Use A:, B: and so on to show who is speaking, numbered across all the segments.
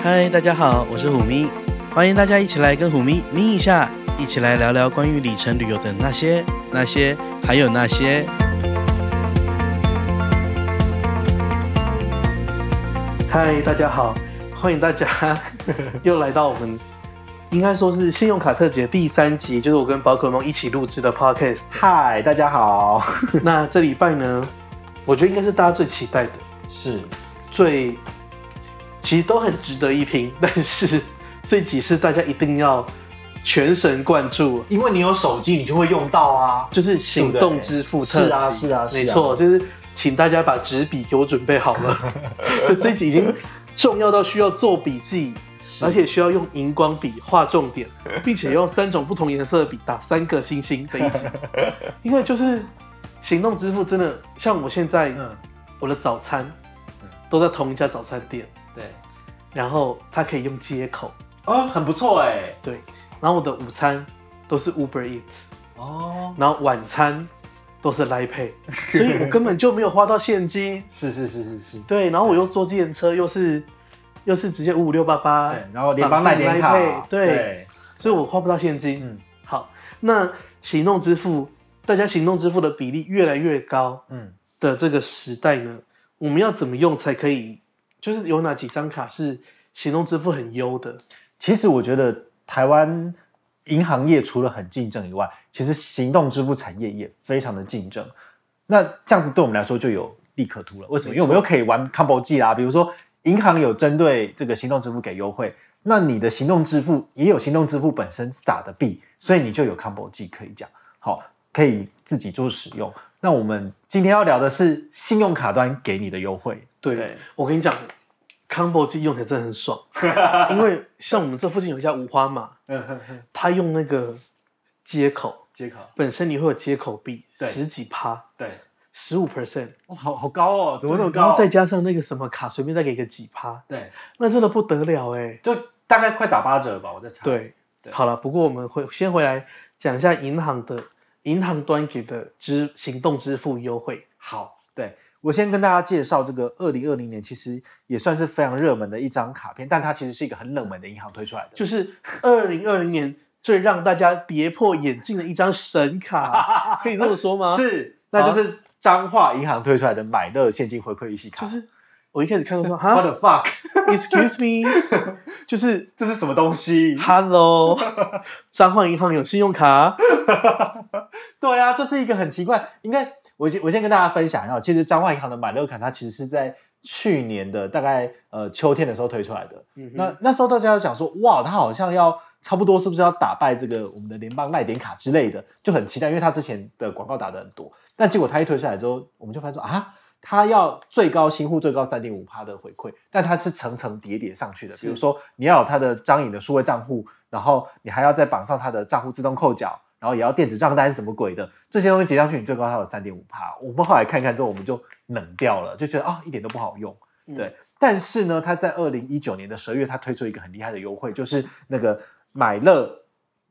A: 嗨，大家好，我是虎咪，欢迎大家一起来跟虎咪咪一下，一起来聊聊关于里程旅游的那些、那些，还有那些。嗨，大家好，欢迎大家 又来到我们应该说是信用卡特辑的第三集，就是我跟宝可梦一起录制的 podcast。
B: 嗨，大家好，
A: 那这礼拜呢，我觉得应该是大家最期待的，
B: 是
A: 最其实都很值得一拼， 但是这几次大家一定要全神贯注，
B: 因为你有手机，你就会用到啊。
A: 就是行动支付特辑
B: 是啊是啊是啊
A: 没错，就是请大家把纸笔给我准备好 了，就这集已经重要到需要做笔记，
B: 是
A: 而且需要用荧光笔画重点，并且用三种不同颜色的笔打三个星星的一 集，因为就是行动支付真的像我现在
B: 嗯，
A: 我的早餐
B: 嗯
A: 都在同一家早餐店，
B: 对，
A: 然后它可以用接口。
B: 哦，很不错哎。
A: 对，然后我的午餐都是 Uber Eats，
B: 哦，
A: 然后晚餐都是 Line Pay，所以 我根本就没有花到现金。
B: 是是是是是。
A: 对，然后我又坐计程车，又是又是直接五五六八八，
B: 对，然后联邦赖点
A: 绑
B: 卡
A: 定 Line Pay，，对，所以我花不到现金。
B: 嗯
A: 好，那行动支付，大家行动支付的比例越来越高
B: 嗯，
A: 的这个时代呢，我们要怎么用才可以？就是有哪几张卡是行动支付很优的？
B: 其实我觉得台湾银行业除了很竞争以外，其实行动支付产业也非常的竞争。那这样子对我们来说就有利可图了。为什么？因为我们又可以玩 combo 计啦，比如说银行有针对这个行动支付给优惠，那你的行动支付也有行动支付本身撒的币，所以你就有 combo 计可以讲，好，可以自己做使用。那我们今天要聊的是信用卡端给你的优惠，
A: 对，
B: 对
A: 我跟你讲，combo 机用起来真的很爽， 因为像我们这附近有一家五花马，
B: 嗯，
A: 它用那个接口，
B: 接口，
A: 本身你会有接口币，
B: 对
A: 十几趴，
B: 对，
A: 十五 percent，
B: 哇，好好高哦， 怎么那么
A: 然
B: 高？
A: 后再加上那个什么卡，随便再给一个几趴，
B: 对。
A: 那真的不得了哎、
B: 就大概快打八折吧，我在猜。，
A: 对，
B: 对
A: 好了，不过我们回先回来讲一下银行的银行端给的支行动支付优惠，
B: 好，对我先跟大家介绍这个二零二零年其实也算是非常热门的一张卡片，但它其实是一个很冷门的银行推出来的。
A: 就是二零二零年最让大家跌破眼镜的一张神 卡，可以这么说吗？
B: 是，那就是彰化银行推出来的买乐现金回馈预系卡。
A: 就是啊我一开始看到说
B: What
A: 哈
B: the fuck？
A: ，excuse me，就是
B: 这是什么东西？
A: hello，彰化银行有信用卡，
B: 对啊，这是一个很奇怪。应该我先我先跟大家分享一下，其实彰化银行的买乐卡它其实是在去年的大概呃秋天的时候推出来的。那
A: 那
B: 那时候大家就想说，哇，他好像要差不多是不是要打败这个我们的联邦赖点卡之类的，就很期待，因为他之前的广告打的很多，但结果他一推出来之后，我们就发现说啊，他要最高新户最高三点五趴的回馈，但它是层层叠叠上去的，
A: 是
B: 比如说你要有他的张颖的数位账户，然后你还要再绑上他的账户自动扣缴。然后也要电子账单什么鬼的，这些东西结上去，你最高它有三点五趴。我们后来看看之后，我们就冷掉了，就觉得啊、一点都不好用。对，但是呢，它在二零一九年的十二月，它推出一个很厉害的优惠，就是那个买乐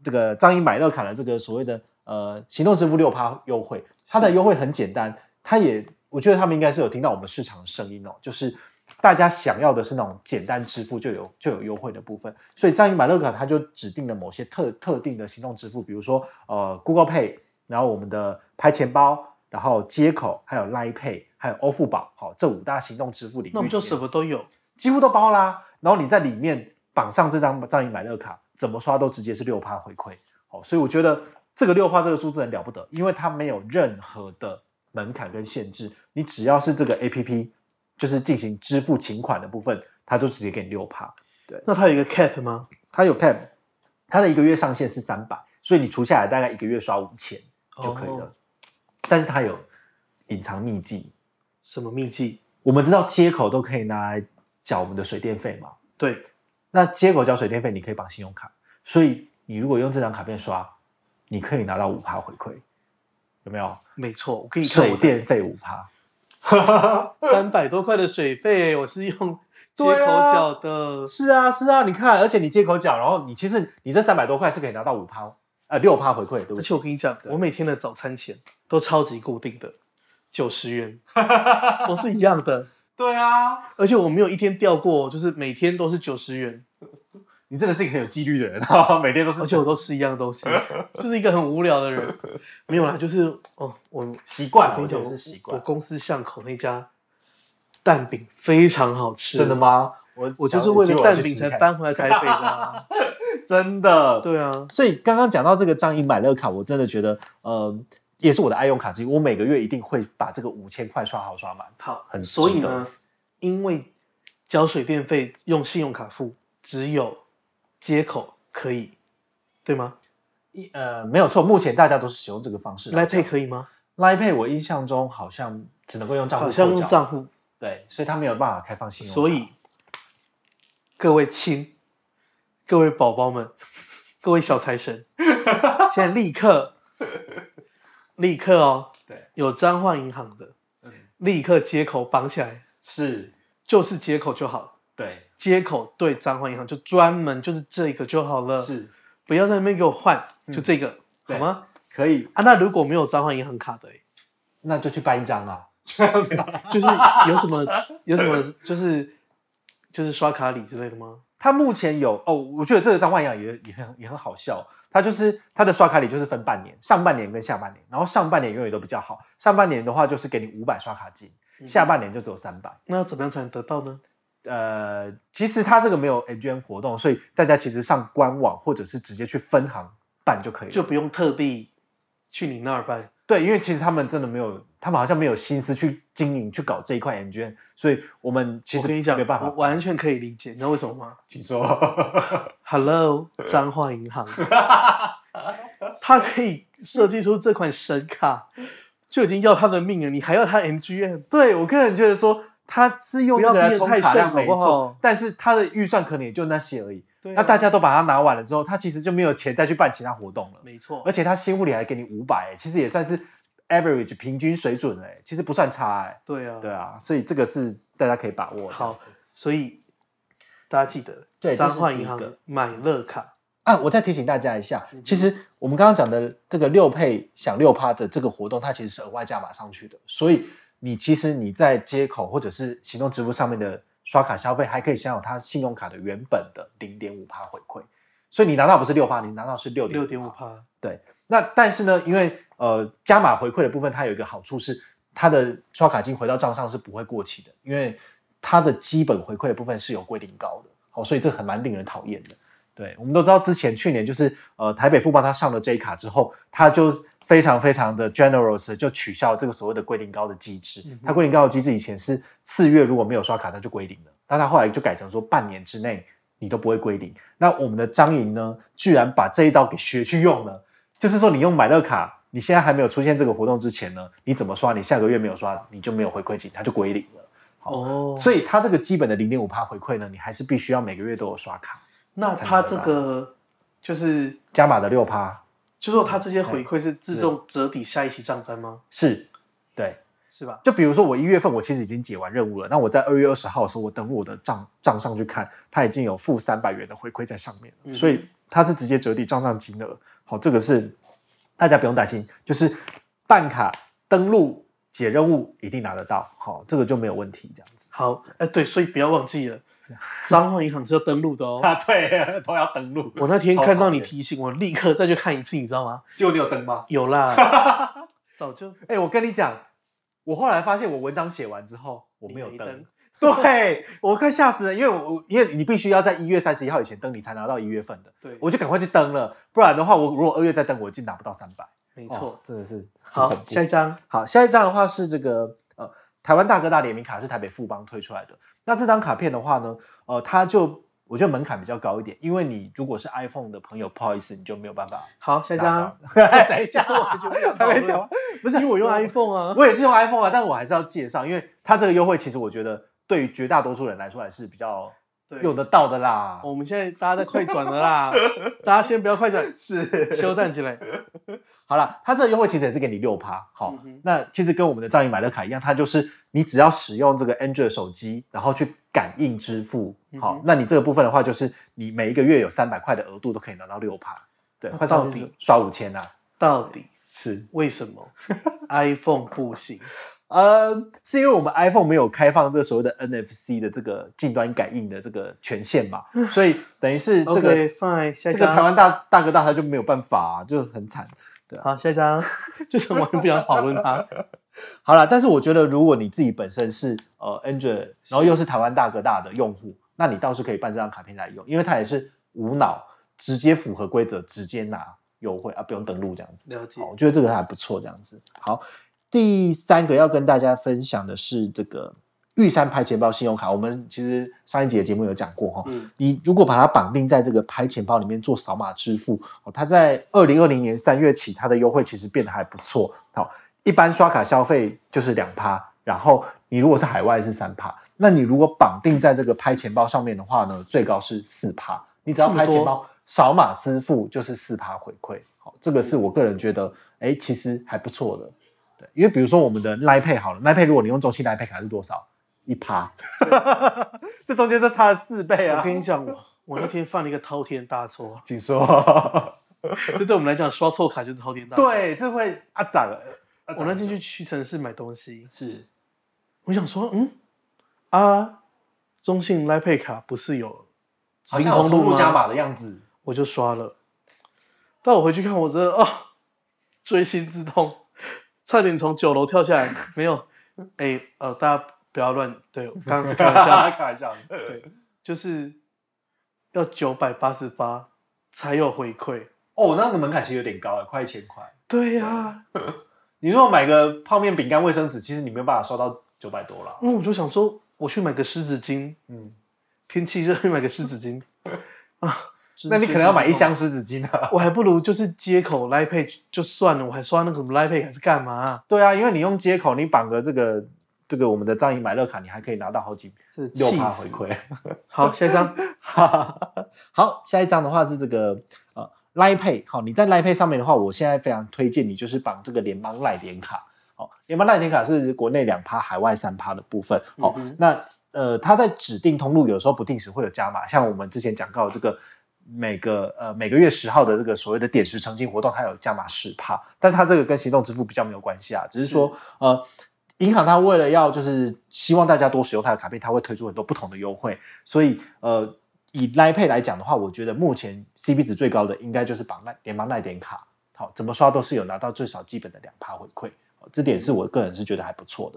B: 这个张颖买乐卡的这个所谓的呃行动支付六趴优惠。它的优惠很简单，它也我觉得他们应该是有听到我们市场的声音哦，就是大家想要的是那种简单支付就有就有优惠的部分，所以张颖买乐卡它就指定了某些特特定的行动支付，比如说呃 Google Pay，然后我们的拍钱包。然后接口，还有 Line Pay，还有欧付宝，好，这五大行动支付领域里面，
A: 那我们就什么都有，
B: 几乎都包啦。然后你在里面绑上这张张颖买乐卡，怎么刷都直接是六趴回馈哦。所以我觉得这个六趴这个数字很了不得，因为它没有任何的门槛跟限制，你只要是这个 A P P 就是进行支付请款的部分，它就直接给你六趴。
A: 那它有一个 cap 吗？
B: 它有 cap，它的一个月上限是三百，所以你除下来大概一个月刷五千就可以了。
A: 哦
B: 但是它有隐藏秘技，
A: 什么秘籍？
B: 我们知道接口都可以拿来缴我们的水电费嘛，
A: 对，
B: 那接口交水电费，你可以绑信用卡，所以你如果用这张卡片刷，你可以拿到五趴回馈，有没有？
A: 没错，我可以看
B: 水
A: 我 的
B: 电费五趴，
A: 三百多块的水费，我是用接口
B: 对啊
A: 缴的，
B: 是啊是啊，你看，而且你接口缴，然后你其实你这三百多块是可以拿到五趴，呃六趴回馈，对不
A: 而
B: 起
A: 且。我跟你讲，
B: 对
A: 我每天的 早餐钱都超级固定的，九十元，都是一样的。
B: 对啊，
A: 而且我没有一天掉过，就是每天都是九十元，
B: 你真的是一个很有纪律的人，哈哈， 每天都是
A: 而且我都吃一样东西，就是一个很无聊的人。没有啦，就是哦，我
B: 习惯了，
A: 我跟
B: 我
A: 你
B: 觉
A: 讲，我
B: 得啊是习
A: 我
B: 惯。
A: 公司巷口那家蛋饼非常好吃，
B: 真的？吗？我
A: 我
B: 想
A: 就是为
B: 今
A: 了
B: 晚
A: 蛋
B: 去
A: 饼
B: 吃
A: 才
B: 看
A: 搬回来台北的、啊。
B: 真的。
A: 对啊，
B: 所以刚刚讲到这个张英买乐卡，我真的觉得，呃，也是我的爱用卡之一。我每个月一定会把这个五千块刷好刷满。
A: 好，
B: 很
A: 所以
B: 值得
A: 呢，因为交水电费用信用卡付，只有接口可以，对吗
B: 一呃，没有错，目前大家都是啊使用这个方式。
A: ？Line Pay 可以吗？
B: Line Pay 我印象中好像只能够用账户
A: 好
B: 扣
A: 像用
B: 缴
A: 账户，
B: 对，所以它没有办法开放信用卡。
A: 所以各位亲，各位宝宝们，各位小财 神，现在立刻，立刻哦，
B: 对，
A: 有彰化银行的，
B: 嗯，
A: 立刻接口绑起来，
B: 是，
A: 就是接口就好了。
B: 对，
A: 接口对彰化银行就专门就是这个就好了，
B: 是嗯
A: 不要在那边给我换，就这个、
B: 对
A: 好吗？
B: 可以，
A: 啊，那如果没有彰化银行卡的、欸
B: 那就去办一张啊。
A: 就是有什么有什么就是就是刷卡礼之类的吗？
B: 他目前有哦，我觉得这个张焕阳也也很也很好笑。他就是他的刷卡礼就是分半年，上半年跟下半年，然后上半年永远都比较好。上半年的话就是给你五百刷卡金，下半年就只有三百。
A: 那要怎么样才能得到呢？
B: 呃，其实他这个没有 MGM 活动，所以大家其实上官网或者是直接去分行办就可以了。
A: 就不用特地去你那儿办。
B: 对，因为其实他们真的没有，他们好像没有心思去经营去搞这一块 MGM，所以我们其
A: 我
B: 实
A: 跟你讲，
B: 没办法
A: 我。完全可以理解，你知道为什么吗
B: 请说，
A: ？Hello，彰化银行，他可以设计出这款神卡，就已经要他的命了，你还要他 MGM？
B: 对我个人觉得说。他是用
A: 不
B: 这
A: 要
B: 个来
A: 变
B: 充
A: 态
B: 卡
A: 圣
B: 量
A: 好
B: 没
A: 不
B: 错
A: 好，
B: 但是他的预算可能也就那些而已。
A: 对
B: 那大家都把它拿完了之后，他其实就没有钱再去办其他活动了。
A: 没错
B: 而，且他新护理还给你五百、其实也算是 average 平均水准哎、其实不算差哎、
A: 对啊，
B: 对啊，所以这个是大家可以把握。
A: 好，所以大家记得
B: 对这
A: 彰
B: 是
A: 化
B: 第一
A: 银行
B: 个
A: 买乐卡，
B: 啊，我再提醒大家一下
A: 嗯，
B: 其实我们刚刚讲的这个六配享六趴的这个活动，它其实是额外加码上去的，所以你其实你在接口或者是行动支付上面的刷卡消费，还可以享有它信用卡的原本的零点五趴回馈，所以你拿到不是六趴，你拿到是六
A: 六点
B: 五
A: 五。趴，
B: 那但是呢，因为呃加码回馈的部分，它有一个好处是，它的刷卡金回到账上是不会过期的，因为它的基本回馈的部分是有规定高的，好、所以这很蛮令人讨厌的。对，我们都知道之前去年就是呃台北富邦它上了 J 卡之后，它就非常非常的 generous，地就取消这个所谓的归零高的机制
A: 嗯哼。
B: 它归零高的机制以前是四月如果没有刷卡，它就归零了，但它后来就改成说半年之内你都不会归零。那我们的张莹呢，居然把这一招给学去用了，就是说你用买乐卡，你现在还没有出现这个活动之前呢，你怎么刷，你下个月没有刷，你就没有回馈金，它就归零了。好
A: 哦
B: 所以它这个基本的零点五趴回馈呢，你还是必须要每个月都有刷卡，
A: 那
B: 才
A: 他
B: 能
A: 这
B: 办
A: 个就是
B: 加码的六趴。
A: 就说他这些回馈是自动折抵下一期账单吗？
B: 是，对。
A: 是吧？
B: 就比如说我一月份我其实已经解完任务了，那我在二月二十号的时候，我登录我的账账上去看，它已经有负三百元的回馈在上面了，
A: 嗯
B: 所以它是直接折抵账上金额。好，这个是大家不用担心，就是办卡登录解任务一定拿得到，好，这个就没有问题，这样子。
A: 好，哎、对，所以不要忘记了，彰化银行是要登录的哦。
B: 啊， 对，都要登录。
A: 我那天看到你
B: 超讨厌，
A: 提醒，我立刻再去看一次，你知道吗？
B: 就你有登吗？
A: 有啦， 早就
B: 哎、我跟你讲，我后来发现我文章写完之后我没有
A: 你没
B: 登
A: 登，
B: 对我快吓死了，因为我我因为你必须要在一月三十一号以前登，你才拿到一月份的，
A: 对，
B: 我就赶快去登了，不然的话，我如果二月再登，我就拿不到三百。
A: 没
B: 没
A: 错。
B: 真的是哦很恐
A: 好，
B: 怖
A: 下一张，
B: 好，下一张的话是这个呃，台湾大哥大联名卡是台北富邦推出来的。那这张卡片的话呢，呃，它就我觉得门槛比较高一点，因为你如果是 iPhone 的朋友，不好意思，你就没有办法
A: 好，下一
B: 拿
A: 张
B: 到。。 等一下，
A: 我就不想
B: 还
A: 讨
B: 没
A: 论
B: 讲完，不是
A: 因为我用 iPhone 啊。
B: 我也是用 iPhone 啊，但我还是要介绍，因为它这个优惠其实我觉得对于绝大多数人来说还是比较
A: 对，
B: 用得到的啦。
A: 我们现在大家在快转了 啦，大家先不要快转，
B: 是
A: 休蛋 起来。
B: 好了，它这个优惠其实也是给你六趴，好、
A: 嗯哼
B: 那其实跟我们的账银买乐卡一样，它就是你只要使用这个 Android 手机，然后去感应支付，
A: 嗯
B: 好、
A: 哼
B: 那你这个部分的话，就是你每一个月有三百块的额度都可以拿到六趴，对，
A: 哦那
B: 换上
A: 到
B: 去
A: 底
B: 就刷五千啊，
A: 到底
B: 是
A: 为什么 iPhone 不行？
B: 呃，是因为我们 iPhone 没有开放这所谓的 NFC 的这个近端感应的这个权限嘛，所以等于是这个
A: OK fine，下一
B: 这个
A: 张。
B: 台湾大大哥大他就没有办法、啊就很惨。
A: 好，下一张。就是我们不想讨论它。
B: 好了，但是我觉得如果你自己本身是呃 Android，然后又是台湾大哥大的用户，那你倒是可以办这张卡片来用，因为它也是无脑，直接符合规则，直接拿优惠啊，不用登录这样子。
A: 了解
B: 哦好，。我觉得这个还不错，这样子。好，第三个要跟大家分享的是这个玉山拍钱包信用卡，我们其实上一集的节目有讲过哈、
A: 嗯，
B: 你如果把它绑定在这个拍钱包里面做扫码支付，哦，它在二零二零年三月起，它的优惠其实变得还不错。好，一般刷卡消费就是两趴，然后你如果是海外是三趴，那你如果绑定在这个拍钱包上面的话呢，最高是四趴。你只要
A: 这么
B: 拍钱
A: 多
B: 包扫码支付就是四趴回馈。好，这个是我个人觉得，哎，其实还不错的。对，因为比如说我们的 Line Pay 好了，Line Pay 如果你用中信 Line Pay 卡是多少？一趴， 这中间就差了四倍啊！
A: 我跟你讲，我我那天犯了一个滔天大错，
B: 请 说。
A: 这对我们来讲刷错卡就是滔天大错。，
B: 对，这会啊咋了？
A: 我那天去屈臣氏买东西，
B: 是
A: 我想说，嗯啊，中信 Line Pay 卡不是有
B: 好
A: 直
B: 像有
A: 通
B: 通路
A: 吗
B: 加码的样 子。
A: 我就刷了。但我回去看，我真的哦，锥心之痛，差点从九楼跳下来。没有，哎、呃，大家不要乱，对，我刚刚是开玩笑 的，
B: 开玩笑的，
A: 就是要九百八十八才有回馈。
B: 哦，那个门槛其实有点高哎，快一千块。
A: 对呀、
B: 你如果买个泡面、饼干、卫生纸，其实你没有办法刷到九百多了。
A: 因为我就想说，我去买个湿纸巾，
B: 嗯，
A: 天气热去 买个湿纸巾啊。
B: 那你可能要买一
A: 箱。
B: 箱湿纸巾啊。
A: 我还不如就是接口 Line Pay 就算了，我还刷那个什么 Line Pay 还是干嘛、
B: 对啊，因为你用接口，你绑个这个这个我们的张颖买乐卡，你还可以拿到好几
A: 是
B: 六
A: 气
B: 趴
A: 死
B: 回馈。
A: 好，下一张。
B: 哈哈哈， 好，下一张的话是这个呃 Line Pay，好，你在 Line Pay 上面的话，我现在非常推荐你就是绑这个联邦赖点卡，好，联邦赖点卡是国内两趴，海外三趴的部分，好，
A: 嗯哼
B: 那呃它在指定通路有时候不定时会有加码，像我们之前讲到的这个。每个呃每个月十号的这个所谓的点石成金活动，它有加码十趴，但它这个跟行动支付比较没有关系啊，只是说呃，银行它为了要就是希望大家多使用它的卡片，它会推出很多不同的优惠，所以呃，以 Line Pay 来讲的话，我觉得目前 CP 值最高的应该就是绑赖联邦赖点卡，好，怎么刷都是有拿到最少基本的两趴回馈，哦这点是我个人是觉得还不错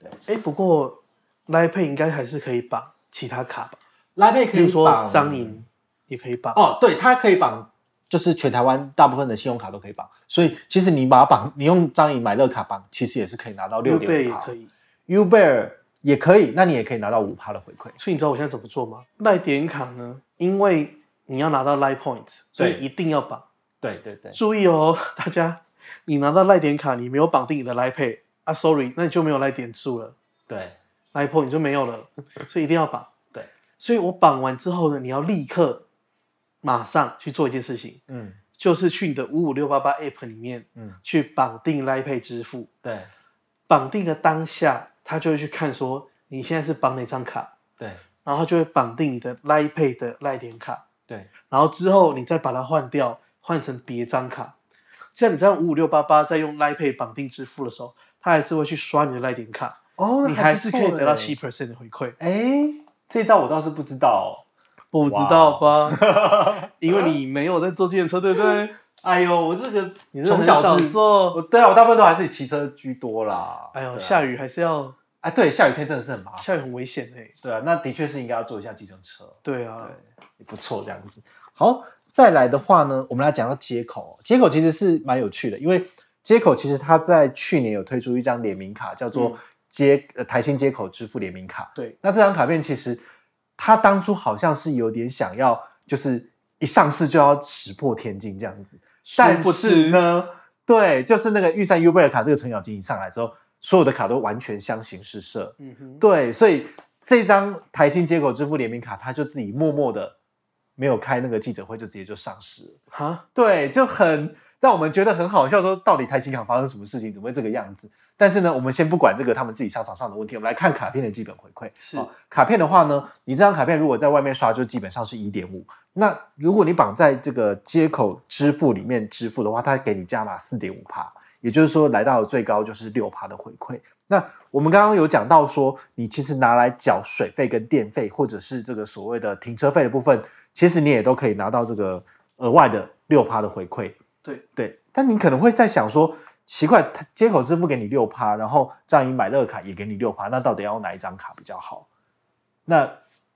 B: 的。
A: 哎、不过 Line Pay 应该还是可以绑其他卡吧，
B: Line Pay
A: 比如说张颖也可以绑。
B: 哦，对，它可以绑，就是全台湾大部分的信用卡都可以绑，所以其实你把它绑，你用张颖买乐卡绑，其实也是可以拿到六
A: 六倍
B: 点五
A: 也
B: 趴
A: 可以，
B: ，Uber 也可以，那你也可以拿到五趴的回馈。
A: 所以你知道我现在怎么做吗？赖点卡呢，因为你要拿到 Line Point，所以一定要绑。
B: 对对对，
A: 注意哦，大家，你拿到赖点卡，你没有绑定你的 Line Pay 啊，sorry，那你就没有赖点数了
B: 对
A: ，Line Point 你就没有 了，所以一定要绑。
B: 对，
A: 所以我绑完之后呢，你要立刻马上去做一件事情，
B: 嗯
A: 就是去你的五五六八八 App 里面
B: 嗯，
A: 去绑定 Line Pay 支付。
B: 对
A: 绑定的当下，他就会去看说你现在是绑哪张卡，
B: 对
A: 然后他就会绑定你的 Line Pay 的 Line 点卡，
B: 对，
A: 然后之后你再把它换掉，换成别张卡。这样你在五五六八八在用 Line Pay 绑定支付的时候，他还是会去刷你的 Line 点卡，
B: 哦
A: 你还欸是可以得到
B: 西。
A: 七 percent 的回馈。
B: 哎，这招我倒是不知道、哦
A: 不知道吧？ 因为你没有在坐电车，对不 对？
B: 哎呦，我啊这个
A: 你是
B: 从
A: 很
B: 小
A: 少
B: 自，
A: 坐。
B: 我对啊，我大部分都还是以骑车居多啦。
A: 哎呦，
B: 对啊
A: 下雨还是要，
B: 哎，对，下雨天真的是很麻烦。
A: 下雨很危险哎。
B: 对啊，那的确是应该要坐一下计程车。
A: 对
B: 对
A: 啊，，
B: 也不错这样子。好，再来的话呢，我们来讲到接口。接口其实是蛮有趣的，因为接口其实它在去年有推出一张联名卡，叫做
A: 嗯
B: 接、呃台新接口支付联名卡。
A: 对，
B: 那这张卡片其实它当初好像是有点想要，就是一上市就要石破天惊这样子。但
A: 殊不
B: 是
A: 知
B: 呢，对，就是那个玉山 U 贝尔卡这个程咬金一上来之后，所有的卡都完全相形失色。
A: 嗯哼，
B: 对，所以这张台新接口支付联名卡，他就自己默默的没有开那个记者会，就直接就上市了。
A: 哈，
B: 对，就很让我们觉得很好笑，说到底台新行发生什么事情，怎么会这个样子？但是呢，我们先不管这个他们自己商场上的问题，我们来看卡片的基本回馈。
A: 是
B: 啊卡片的话呢，你这张卡片如果在外面刷，就基本上是一点五。那如果你绑在这个接口支付里面支付的话，它给你加码四点五帕，也就是说来到最高就是六帕的回馈。那我们刚刚有讲到说，你其实拿来缴水费跟电费，或者是这个所谓的停车费的部分，其实你也都可以拿到这个额外的六趴的回馈。
A: 对
B: 对，但你可能会在想说，奇怪，他接口支付给你六趴，然后让你买乐卡也给你六趴，那到底要用哪一张卡比较好？那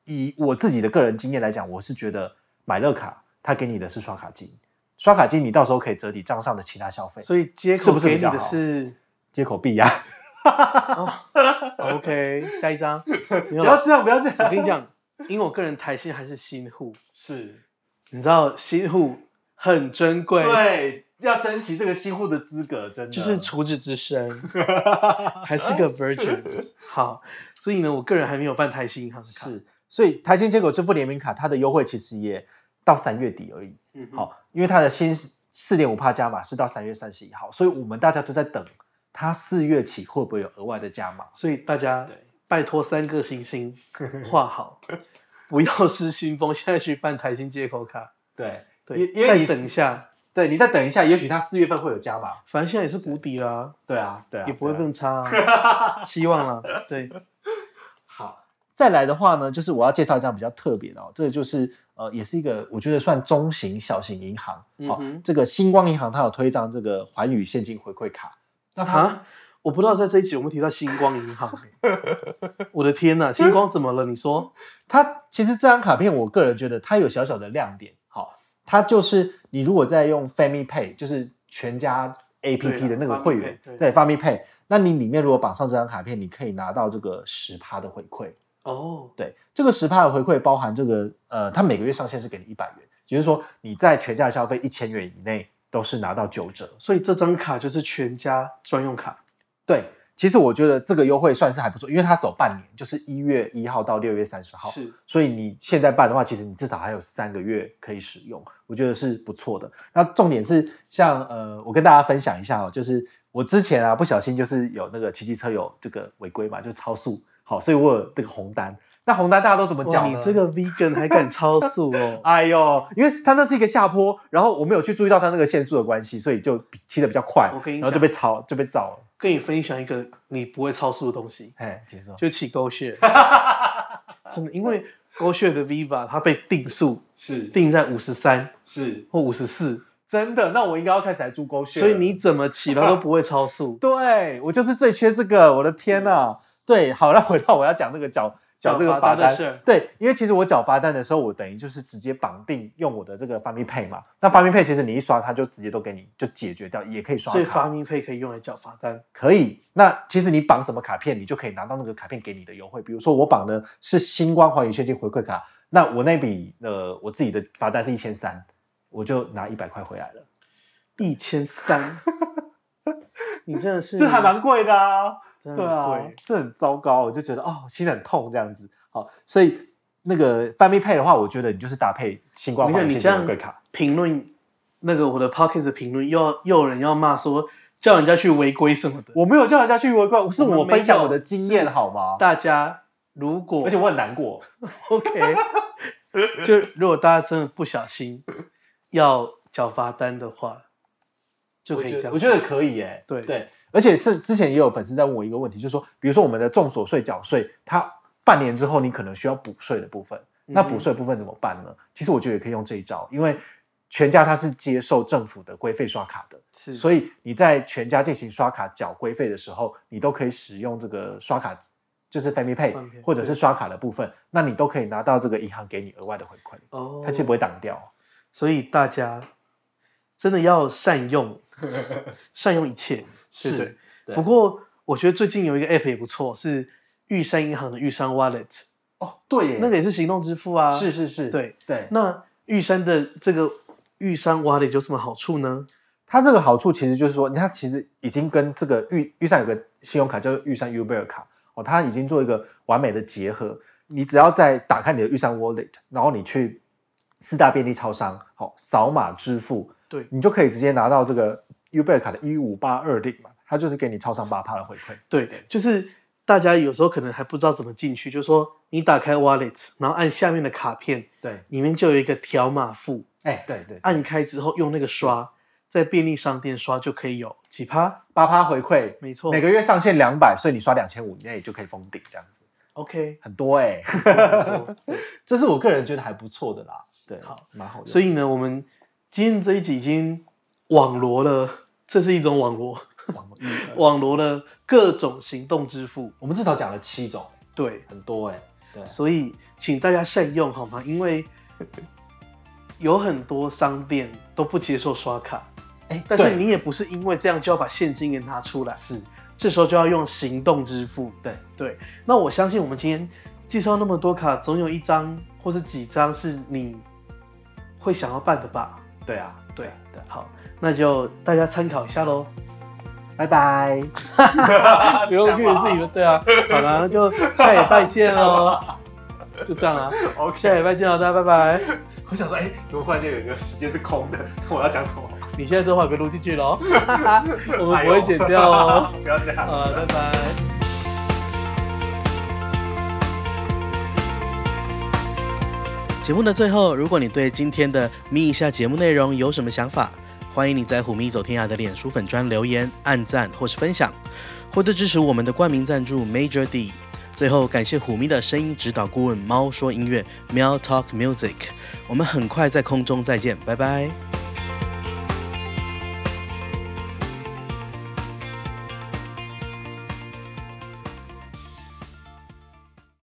B: 以我自己的个人经验来讲，我是觉得买乐卡它给你的是刷卡金，刷卡金你到时候可以折抵账上的其他消费，
A: 所以接
B: 是
A: 口
B: 不是
A: 给
B: 比
A: 你
B: 较
A: 的
B: 好
A: 是
B: 接口币呀、
A: OK，下一张。没有
B: 不
A: 啦
B: 要这样，不要这
A: 我
B: 样，
A: 跟你讲，因为我个人台新还是新户，
B: 是
A: 你知道新户很珍贵，
B: 对，啊要珍惜这个新户的资格，真的
A: 就是处子之身，还是个 virgin。好，所以呢，我个人还没有办台新银行的卡。
B: 是，所以台新接口支付联名卡它的优惠其实也到三月底而已。
A: 嗯哼，
B: 好，因为它的新四点五帕加码是到三月三十一号，所以我们大家都在等它四月起会不会有额外的加码。
A: 所以大家
B: 对
A: 拜托三个星星 画好，不要失心疯，现在去办台新接口卡。
B: 对
A: 对
B: 因，因为
A: 再
B: 你
A: 等一下，
B: 对，你再等一下，也许它四月份会有加码。
A: 反正现在也是谷底啦，
B: 对啊，对啊，
A: 也不会
B: 对啊
A: 更差啊， 希望啦。对，
B: 好。再来的话呢，就是我要介绍一张比较特别的哦，这个就是呃，也是一个我觉得算中型、小型银行。好、
A: 嗯哼
B: 这个星光银行它有推一张这个环宇现金回馈卡，那它
A: 啊，我不知道在这一集我们提到星光银 行欸、我的天呐，星光怎么了？你说
B: 它其实这张卡片，我个人觉得它有小小的亮点。好，它就是你如果在用 Family Pay，就是全家 A P
A: 对
B: P
A: 啦
B: 的那个
A: Family
B: 会员
A: Pay，对，
B: Family Pay，那你里面如果绑上这张卡片，你可以拿到这个十趴的回馈。
A: 哦，
B: 对，这个十趴的回馈包含这个呃，它每个月上限是给你一百元，也就是说你在全家消费一千元以内都是拿到九折。
A: 所以这张卡就是全家专用卡，
B: 对，其实我觉得这个优惠算是还不错，因为它走半年，就是一月一号到六月三十号。
A: 是
B: 所以你现在办的话，其实你至少还有三个月可以使用，我觉得是不错的。那重点是像呃，我跟大家分享一下哦，就是我之前啊不小心就是有那个骑机车有这个违规嘛，就超速，好，所以我有这个红单。那红单大家都怎么
A: 哇
B: 讲呢？
A: 你这个 vegan 还敢超速 哦？
B: 哎呦，因为它那是一个下坡，然后我没有去注意到它那个限速的关系，所以就比骑的比较快
A: 我跟你，
B: 然后就
A: 讲
B: 被超就被照了。
A: 跟你分享一个你不会超速的东西，
B: 哎，结束。
A: 就起狗 血，真的，因为狗血的 Viva 它被定速
B: 是
A: 定在五十三
B: 是
A: 或五十四，
B: 真的，那我应该要开始来猪狗血了。。
A: 所以你怎么骑它都不会超速
B: 对我就是最缺这个，我的天呐、 对，好，那回到我要讲那个缴缴这个
A: 嗯缴
B: 罚
A: 罚单的
B: 单
A: 事儿，
B: 对，因为其实我缴罚单的时候，我等于就是直接绑定用我的这个发明配嘛。那发明配其实你一刷，它就直接都给你就解决掉，也可以刷
A: 所以发
B: 卡，
A: 明配可以用来缴罚 单，
B: 可以。那其实你绑什么卡片，你就可以拿到那个卡片给你的优惠。比如说我绑的是星光环宇现金回馈卡，那我那笔呃我自己的罚单是一千三，我就拿一百块回来了。
A: 一千三，你真的是
B: 这还蛮贵的啊。
A: 真的
B: 对
A: 很
B: 啊
A: 贵，，
B: 这很糟糕，我就觉得哦，心很痛这样子。好，所以那个 Family Pay 的话，我觉得你就是搭配星光
A: 你看
B: 环
A: 你
B: 现
A: 这
B: 金
A: 样
B: 回馈卡，
A: 评论那个我的 Pocket 的评论，又要又有人要骂说叫人家去违规什么的。
B: 我没有叫人家去违规，是
A: 我们
B: 我
A: 没有
B: 分享我的经验
A: 是
B: 好吗？
A: 大家如果
B: 而且我很难过，
A: OK，就如果大家真的不小心要缴罚单的话，就
B: 我
A: 可以
B: 觉
A: 这
B: 得
A: 样。
B: 我觉得可以耶，
A: 对
B: 对，而且是之前也有粉丝在问我一个问题，就是说，比如说我们的重所税缴税，它半年之后你可能需要补税的部分，那
A: 嗯哼
B: 补税部分怎么办呢？其实我觉得也可以用这一招，因为全家它是接受政府的规费刷卡的，
A: 是，
B: 所
A: 以
B: 以你在全家进行刷卡缴规费的时候，你都可以使用这个刷卡，就是 Family
A: Family
B: Pay
A: Pay，
B: 或者是刷卡的部分，那你都可以拿到这个银行给你额外的回馈，
A: 哦，
B: 它其实不会挡掉。
A: 所以大家真的要善 用，善用一切。对不对
B: 对
A: 不过我觉得最近有一个 App 也不错，是玉山银行的玉山 Wallet，
B: 哦，对耶，
A: 那个也是行动支付啊。
B: 是是是，
A: 对
B: 对。
A: 那玉山的这个玉山 Wallet 有什么好处呢？
B: 它这个好处其实就是说，它其实已经跟这个玉玉山有个信用卡叫做玉山 Uber 卡哦，它已经做一个完美的结合。你只要在打开你的玉山 Wallet，然后你去四大便利超商，好、扫码支付，
A: 对
B: 你就可以直接拿到这个 Uber 卡的一五八二零嘛，它就是给你超商八趴的回馈。
A: 对，就是大家有时候可能还不知道怎么进去，就说你打开 Wallet，然后按下面的卡片，
B: 对，
A: 里面就有一个条码付，
B: 哎、对对，
A: 按开之后用那个刷，在便利商店刷就可以有几趴，
B: 八趴回馈，
A: 没错，
B: 每个月上限两百，所以你刷两千五以内就可以封顶，这样子
A: OK
B: 很多 哎、
A: 很多。
B: 这是我个人觉得还不错的啦。对，
A: 好，
B: 蛮好用 的。
A: 所以呢，我们今天这一集已经网罗了，这是一种网罗，
B: 网络预购
A: 网罗了各种行动支付。
B: 我们至少讲了七种，
A: 对，
B: 很多哎、对，
A: 所以请大家善用好吗？因为有很多商店都不接受刷卡，
B: 哎、
A: 但是
B: 对
A: 你也不是因为这样就要把现金给拿出来，
B: 是
A: 这时候就要用行动支付。
B: 对
A: 对，那我相信我们今天介绍那么多卡，总有一张或是几张是你会想要办的吧？
B: 对啊，
A: 对
B: 对啊，
A: 好，那就大家参考一下喽。
B: 拜拜，
A: 不用去自己的，对啊。好啦，那就下礼拜见喽。 就这样啊，下
B: OK，
A: 礼拜见喽，大家拜拜。
B: 我想说，哎、怎么忽然间有一个时间是空的？我要讲什么？哎
A: 你现在这话给录进去 喽，我们不会剪掉哦。
B: 不要这样
A: 好，拜拜。节目的最后，如果你对今天的咪一下节目内容有什么想法，欢迎你在虎咪走天涯的脸书粉专留言、按赞或是分享，或者支持我们的冠名赞助 Major D。最后，感谢虎咪的声音指导顾问猫说音乐 Meow Talk Music。我们很快在空中再见，拜拜。